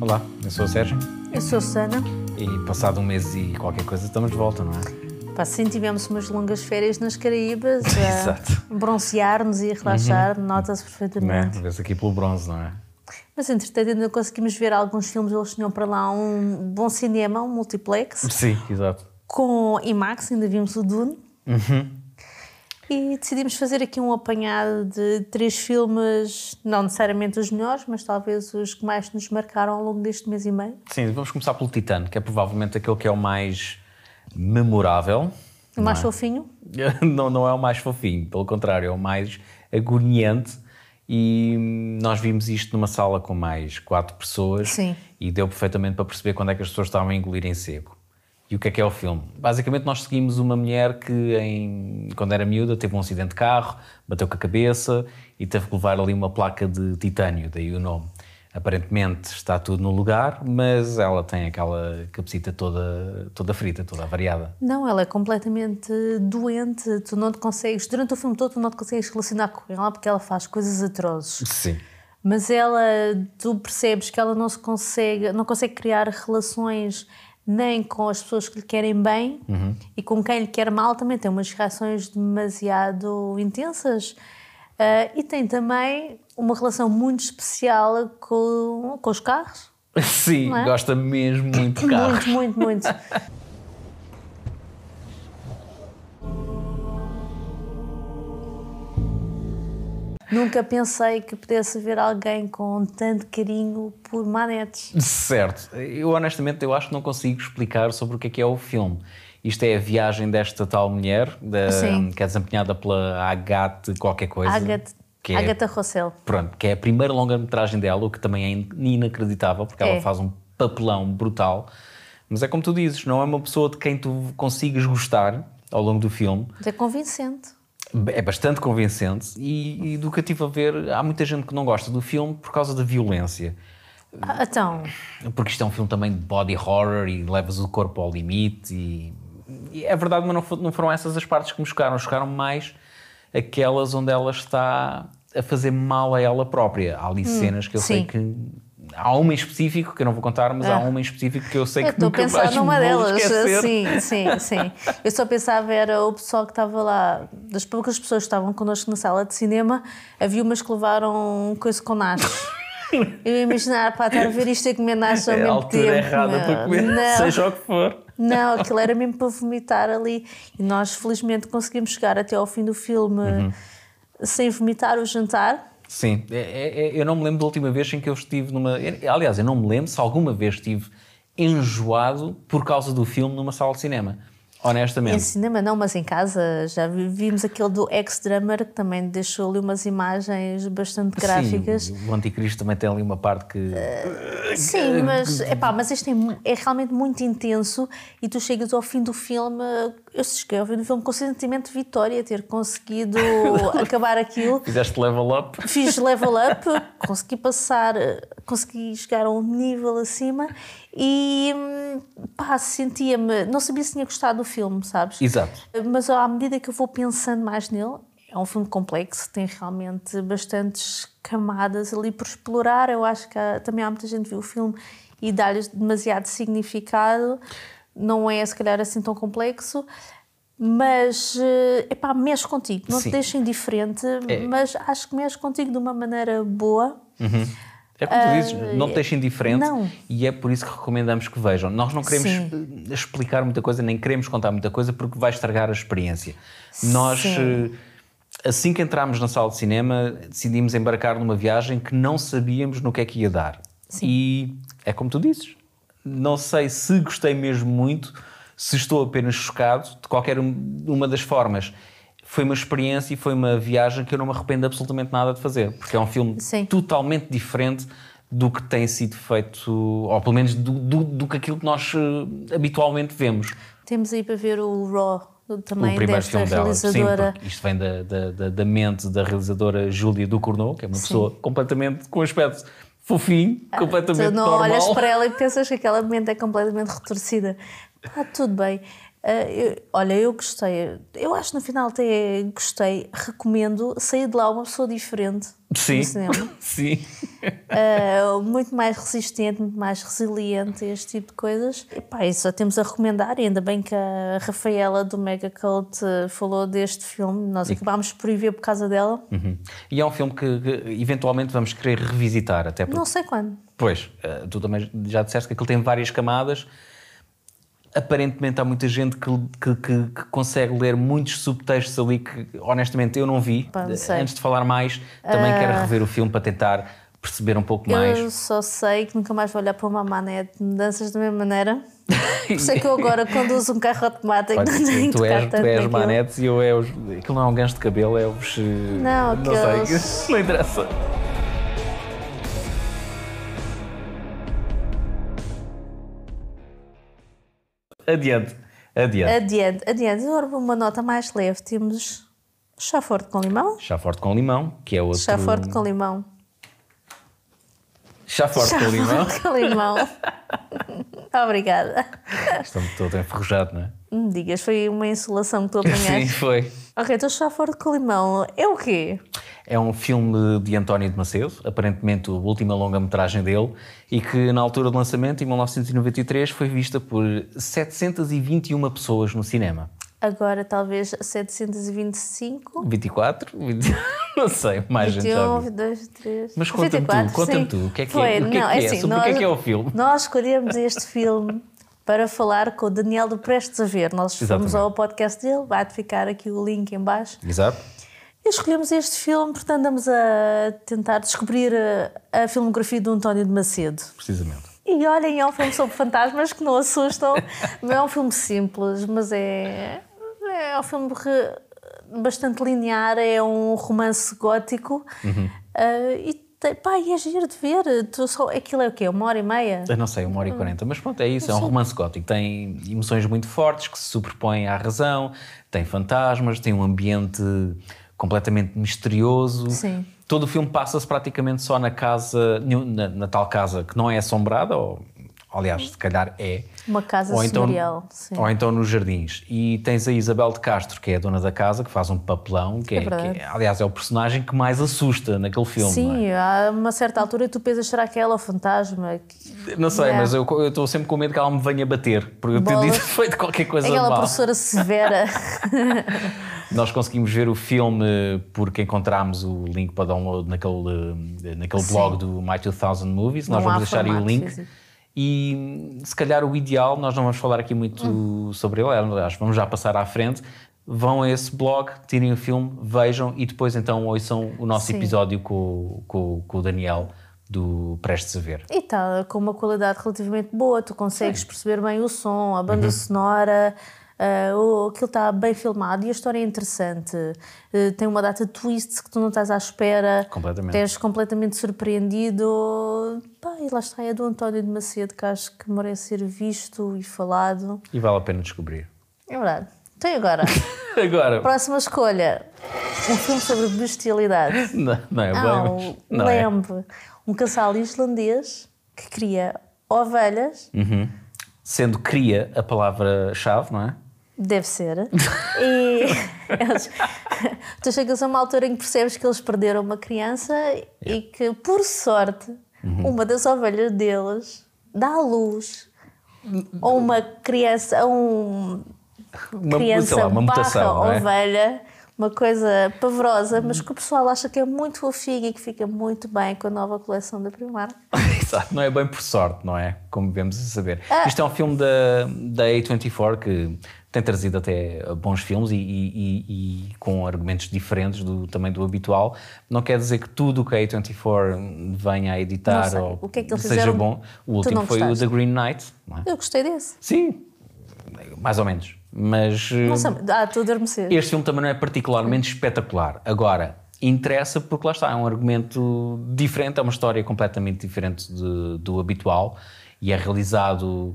Olá, eu sou o Sérgio Eu sou a Susana. e passado um mês e qualquer coisa estamos de volta, não é? Pá, sim, tivemos umas longas férias nas Caraíbas Exato. a broncear-nos e a relaxar, nota-se Não é? perfeitamente. Vê-se aqui pelo bronze, não é? Mas entretanto ainda conseguimos ver alguns filmes, eles tinham para lá um bom cinema, um multiplex, Sim, exato. com IMAX, ainda vimos o Dune. Uhum. E decidimos fazer aqui um apanhado de três filmes, não necessariamente os melhores, mas talvez os que mais nos marcaram ao longo deste mês e meio. Sim, vamos começar pelo Titano, que é provavelmente aquele que é o mais memorável. O mais é? fofinho. Não, não é o mais fofinho, pelo contrário, é o mais agoniante. E hum, nós vimos isto numa sala com mais quatro pessoas Sim. e deu perfeitamente para perceber quando é que as pessoas estavam a engolir em seco. E o que é que é o filme? Basicamente, nós seguimos uma mulher que, em- quando era miúda, teve um acidente de carro, bateu com a cabeça e teve que levar ali uma placa de titânio, daí o nome. Aparentemente está tudo no lugar, mas ela tem aquela cabecita toda, toda frita, toda variada. Não, ela é completamente doente. Tu não te consegues, durante o filme todo, tu não te consegues relacionar com ela porque ela faz coisas atrozes. Sim. Mas ela, tu percebes que ela não se consegue, não consegue criar relações nem com as pessoas que lhe querem bem e com quem lhe quer mal também tem umas reações demasiado intensas. Ah, e tem também uma relação muito especial com, com os carros. Sim, Não é? gosta mesmo muito de carros. Muito, muito, muito. Nunca pensei que pudesse haver alguém com tanto carinho por manetes. Certo. Eu honestamente eu acho que não consigo explicar sobre o que é que é o filme. Isto é a viagem desta tal mulher, da- Sim. que é desempenhada pela Agathe qualquer coisa. Agatha, que é, Agatha Rossell. Pronto, que é a primeira longa-metragem dela, o que também é in- inacreditável, porque ela É. faz um papelão brutal. Mas é como tu dizes, não é uma pessoa de quem tu consigas gostar ao longo do filme. Mas É convincente. É bastante convincente e, e do que eu tive a ver, há muita gente que não gosta do filme por causa da violência. Ah, então, Porque isto é um filme também de body horror e levas o corpo ao limite e, e é verdade, mas não, fo- não foram essas as partes que me chocaram, chocaram mais aquelas onde ela está a fazer mal a ela própria. Há ali cenas que eu sei Hum, sim. que há uma em específico que eu não vou contar, mas há Ah. uma em específico que eu sei eu que estou a nunca pensar mais numa me vou delas. é assim, esquecer. Sim, sim, sim. Eu só pensava, era o pessoal que estava lá, das poucas pessoas que estavam connosco na sala de cinema, havia umas que levaram coisa com nachos. Eu ia imaginar, pá, estar a ver isto e comer nachos ao É a mesmo altura tempo. errada para comer, Não. seja o que for. Não, aquilo era mesmo para vomitar ali. E nós, felizmente, conseguimos chegar até ao fim do filme Uhum. sem vomitar o jantar. Sim, é- é- é- eu não me lembro da última vez em que eu estive numa. Aliás, eu não me lembro se alguma vez estive enjoado por causa do filme numa sala de cinema. Em Honestamente. cinema não, mas em casa já vi- vimos aquele do ex-drummer que também deixou ali umas imagens bastante gráficas. Eh. Sim, o Anticristo também tem ali uma parte Eh, que. Sim, mas, epá, mas este é, mu- é realmente muito intenso e tu chegas ao fim do filme, eu cheguei ao fim do filme com o sentimento de vitória, ter conseguido acabar aquilo. Fizeste level up. Fiz level up, consegui passar, eh, consegui chegar a um nível acima e hum, pá, sentia-me, não sabia se tinha gostado do filme, sabes? Exato. Mas à medida que eu vou pensando mais nele, é um filme complexo, tem realmente bastantes camadas ali por explorar. Eu acho que há- também há muita gente que viu o filme e dá-lhe demasiado significado. Não é, se calhar, assim tão complexo. Mas, eh, epá, mexe contigo. Não Sim. te deixa indiferente, mas acho que mexe contigo de uma maneira boa. É como tu dizes, não te deixa indiferente Eh, não. e é por isso que recomendamos que vejam. Nós não queremos Sim. eh, explicar muita coisa, nem queremos contar muita coisa porque vai estragar a experiência. Nós, Sim. eh, assim que entrámos na sala de cinema, decidimos embarcar numa viagem que não sabíamos no que é que ia dar. E é como tu dizes, não sei se gostei mesmo muito, se estou apenas chocado, de qualquer um- uma das formas. Foi uma experiência e foi uma viagem que eu não me arrependo absolutamente nada de fazer, porque é um filme Sim. totalmente diferente do que tem sido feito, ou pelo menos do, do, do que aquilo que nós eh, habitualmente vemos. Temos aí para ver o Raw também o primeiro desta filme dela. Sim, realizadora. porque isto vem da, da, da, da mente da realizadora Júlia Ducournau, que é uma pessoa completamente com um aspecto fofinho, completamente Ah, tu não normal. olhas para ela e pensas que aquela mente é completamente retorcida. Está tudo bem. Ah, eu- olha, eu gostei. Eu acho no final até gostei. Recomendo sair de lá uma pessoa diferente Sim. do cinema. Sim. Ah, muito mais resistente, muito mais resiliente, este tipo de coisas. E, pá, isso só temos a recomendar. E ainda bem que a Rafaela do Mega Cult eh, falou deste filme. Nós acabámos por ir ver por causa dela. Uhum. E é um filme que, que eventualmente vamos querer revisitar, até porque. Não sei quando. Pois, eh, tu também já disseste que aquilo tem várias camadas. Aparentemente há muita gente que, que- que- que consegue ler muitos subtextos ali que, honestamente, eu não vi. Pá, não Eh, sei. Ah. Antes de falar mais, também quero rever o filme para tentar perceber um pouco Eu mais. só sei que nunca mais vou olhar para uma mané de mudanças da mesma maneira. Por isso é que eu agora conduzo um carro automático. Olha, não tenho que tu tocar és, tu tanto és naquilo. manetes e eu é os. Aquilo não é um gancho de cabelo, é os. eh, Não, não aqueles- sei. Não interessa. Adiante, adiante. Adiante, adiante. Agora uma nota mais leve. Temos chá forte com limão. Chá forte com limão, que é outro. Chá forte com limão. Chá forte com limão. forte com limão. Obrigada. Estou todo enferrujado, não é? Não Me digas, foi uma insolação que tu apanhaste. Sim, foi. Ok, então chá forte com limão é o quê? É um filme de António de Macedo, aparentemente a última longa-metragem dele, e que na altura do lançamento, em 1993, foi vista por 721 pessoas no cinema. Agora talvez 725. 24? 20 não sei, mais gente já 21, viu. 22, 23. Mas conta-me tu, 24, conta-me sim. tu, o que é que é? O Foi, que é não, que é? assim, Sobre o que é que é o filme? Nós escolhemos este filme para falar com o Daniel do Prestes a Ver. Nós fomos Exatamente. ao podcast dele, vai-te ficar aqui o link em baixo. Exato. E escolhemos este filme, portanto andamos a tentar descobrir eh, a, a filmografia do António de Macedo. Precisamente. E olhem, é um filme sobre fantasmas que não assustam. Não é um filme simples, mas é. É um filme re- bastante linear, é um romance gótico. Uhum. Ah, e tem, pá, e é giro de ver. Tu só, aquilo é o quê? Uma hora e meia? Eu não sei, uma hora Ah. e quarenta, mas pronto, é isso, é um romance gótico. Tem emoções muito fortes que se superpõem à razão, tem fantasmas, tem um ambiente completamente misterioso. Sim. Todo o filme passa-se praticamente só na casa, nenhum- na, na tal casa que não é assombrada, ou aliás, se calhar é. Uma casa Ou então, senhorial. Sim. ou então nos jardins. E tens a Isabel de Castro, que é a dona da casa, que faz um papelão, que, É é, que é- verdade. aliás, é o personagem que mais assusta naquele filme. não é? Sim, a uma certa altura tu pensas, será que ela é o fantasma? Que- Não sei, Yeah. mas eu eu estou sempre com medo que ela me venha bater, porque eu Bolas. ter dito feito qualquer coisa de Aquela mal. professora severa. Nós conseguimos ver o filme eh, porque encontramos o link para download naquele, eh, naquele Sim. blog do My 2000 Movies. Nós Não há vamos deixar aí o formato link. físico. E hum, se calhar o ideal, nós não vamos falar aqui muito Hum. sobre ele, aliás, vamos já passar à frente. Vão a esse blog, tirem o filme, vejam e depois então ouçam o nosso Sim. episódio com, com, com o Daniel do Prestes a Ver. E está com uma qualidade relativamente boa, tu consegues perceber bem o som, a Uhum. banda sonora, ah, o, aquilo está bem filmado e a história é interessante. Eh, tem uma data de twists que tu não estás à espera, Completamente. tens completamente surpreendido. Pá, e lá está, é do António de Macedo, que acho que merece ser visto e falado. E vale a pena descobrir. É verdade. Então e agora, Agora, próxima escolha: um filme sobre bestialidade. Não, não é Ah, bem, o mas- não é. Lamb, um casal islandês que cria ovelhas, Uhum. Sendo cria a palavra-chave, não é? deve ser, e eles, tu chegas a uma altura em que percebes que eles perderam uma criança e que, por sorte, Uhum. uma das ovelhas deles dá à luz a uma criança, a um Uhum. Uma, criança sei lá, uma barra mutação, não é? ovelha, uma coisa pavorosa, mas que o pessoal acha que é muito fofinho e que fica muito bem com a nova coleção da Primark. Exato, não é bem por sorte, não é? Como vemos a saber. Ah. Isto é um filme da, da A24 que tem trazido até bons filmes e, e- e- e com argumentos diferentes do, também do habitual. Não quer dizer que tudo o que a A24 venha a Não editar sei, ou o que é que eles seja fizeram bom. tu O último não foi o gostaste? The Green Knight, não é? Eu gostei desse. Sim, mais ou menos. Mas. Nossa, Uhum. ah, tu adormeceste. Este filme também não é particularmente espetacular. Agora, interessa porque lá está, é um argumento diferente, é uma história completamente diferente de- do habitual e é realizado.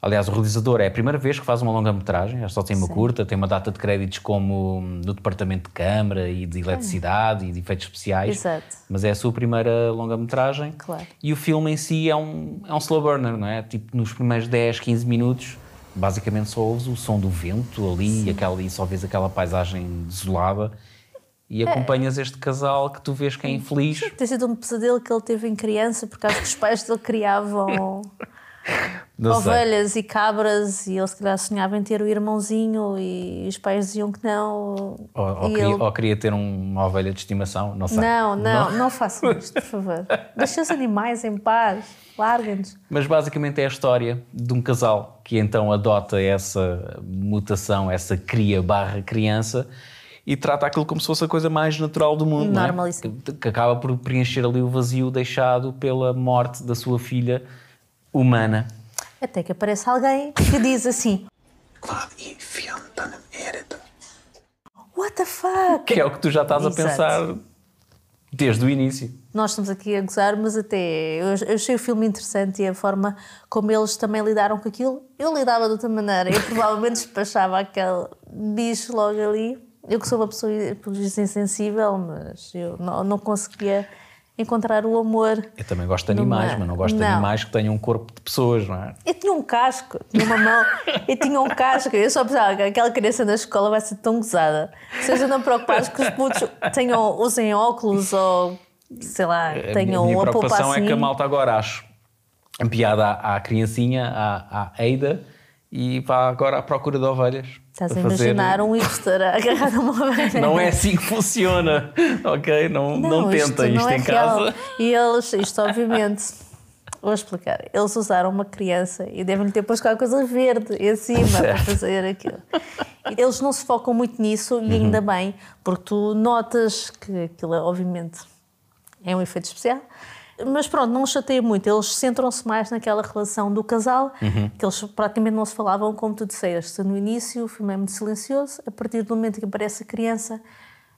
Aliás, o realizador é a primeira vez que faz uma longa-metragem, é só tem uma curta, tem uma data de créditos como hum, do Departamento de Câmara e de Eletricidade e de Efeitos Especiais. Ah. Exato. Mas é a sua primeira longa-metragem. Claro. E o filme em si é um, é um slow burner, não é? Tipo, nos primeiros 10, 15 minutos basicamente só ouves o som do vento ali e, aquela, e só vês aquela paisagem desolada e É. acompanhas este casal que tu vês que é infeliz. Tem sido um pesadelo que ele teve em criança, por causa que os pais dele criavam Não sei. ovelhas e cabras e ele se calhar sonhava em ter o irmãozinho e os pais diziam que não. Ou, ou E queria, ele- ou queria ter um- uma ovelha de estimação, não sei. Não, não, não façam isto, por favor. Deixem os animais em paz, larguem-nos. Mas basicamente é a história de um casal que então adota essa mutação, essa cria barra criança e trata aquilo como se fosse a coisa mais natural do mundo. não é? Normalíssimo. Que, que acaba por preencher ali o vazio deixado pela morte da sua filha humana. Até que aparece alguém que diz assim: Hvað í fjandanum er þetta? What the fuck? Que é o que tu já estás a Exato. pensar desde o início. Nós estamos aqui a gozar, mas até eu, eu achei o filme interessante e a forma como eles também lidaram com aquilo. Eu lidava de outra maneira, eu provavelmente despachava aquele bicho logo ali. Eu que sou uma pessoa por isso, insensível, mas eu não, não conseguia encontrar o amor. Eu também gosto de Não animais, é. mas não gosto de Não. animais que tenham um corpo de pessoas, não é? Eu tinha um casco, tinha uma mão, eu tinha um casco. Eu só pensava que aquela criança na escola vai ser tão gozada. Sejam não preocupados que os putos tenham, usem óculos ou sei lá, A tenham minha, minha a polpa preocupação é assim. que a malta agora acho piada à, à criancinha, à, à Eida, e vá agora à procura de ovelhas. Estás a para fazer- imaginar um hipster a agarrar uma ovelha. Não é assim que funciona, ok? Não, não, tenta isto, não é em real. casa. E eles, isto obviamente, vou explicar. Eles usaram uma criança e devem-lhe ter posto qualquer coisa verde em cima para fazer aquilo. E Eles não se focam muito nisso e Uhum. ainda bem, porque tu notas que aquilo, é, obviamente, é um efeito especial. Mas pronto, não os chateia muito. Eles centram-se mais naquela relação do casal, que eles praticamente não se falavam, como tu disseste. No início o filme é muito silencioso, a partir do momento em que aparece a criança,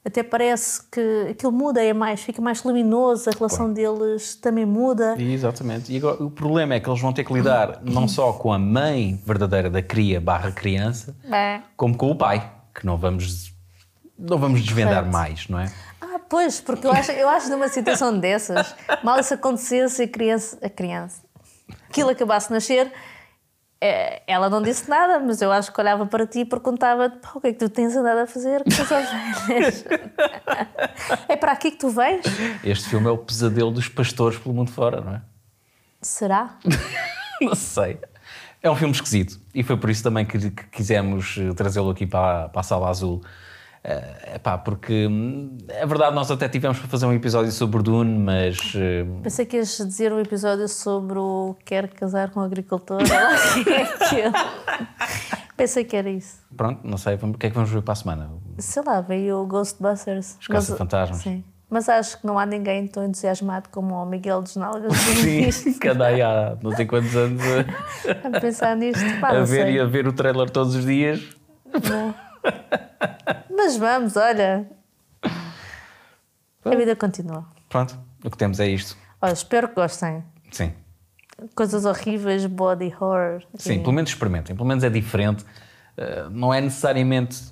até parece que aquilo muda, é mais, fica mais luminoso, a relação deles também muda. Exatamente. E agora, o problema é que eles vão ter que lidar não só com a mãe verdadeira da cria barra criança, Bem. como com o pai, que não vamos, não vamos desvendar Certo. mais, não é? Ah, pois, porque eu acho, eu acho numa situação dessas, mal isso acontecesse e a criança, a criança, aquilo acabasse de nascer, eh, ela não disse nada, mas eu acho que olhava para ti e perguntava-te, "Pá, o que é que tu tens andado a fazer com as ovelhas? é para aqui que tu vens? Este filme é o pesadelo dos pastores pelo mundo fora, não é? Será? Não sei. É um filme esquisito e foi por isso também que, que quisemos eh, trazê-lo aqui para, a- para a Sala Azul. Eh, epá, porque hum, é verdade, nós até tivemos para fazer um episódio sobre o Dune, mas eh, Pensei que ias dizer um episódio sobre o quer casar com o agricultor, ou lá o que é aquilo. Pensei que era isso. pronto, não sei, vamos- o que é que vamos ver para a semana? Sei lá, veio o Ghostbusters. Os Caça-Fantasmas. Mas- Sim. Mas acho que não há ninguém tão entusiasmado como o Miguel dos Nalgas Sim, que andei há não sei quantos anos a, a pensar nisto. Pá, a não ver sei. e a ver o trailer todos os dias. Não. Mas vamos, olha. A vida continua. Pronto, o que temos é isto. Olha, espero que gostem. Sim. Coisas horríveis, body horror. Sim, e- pelo menos experimentem, pelo menos é diferente. Eh, não é necessariamente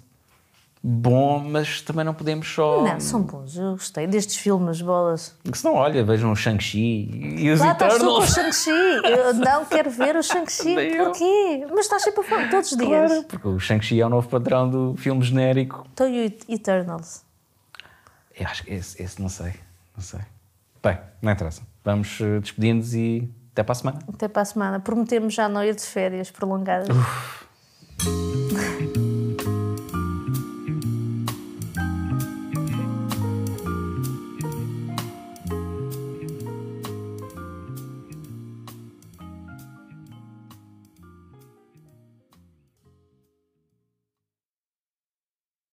bom, mas também não podemos só. Não, são bons. Eu gostei destes filmes, bolas. Porque senão, olha, vejam o Shang-Chi e os Lá estás tu com o Eternals. Shang-Chi. Eu não quero ver o Nem Shang-Chi. eu. Porquê? Mas estás sempre a falar todos os dias. Claro, porque o Shang-Chi é o novo padrão do filme genérico. Então e o Eternals? Eu acho que esse, esse não sei, não sei. Bem, não interessa. Vamos eh, despedindo-nos e até para a semana. Até para a semana. Prometemos já não ir de férias prolongadas.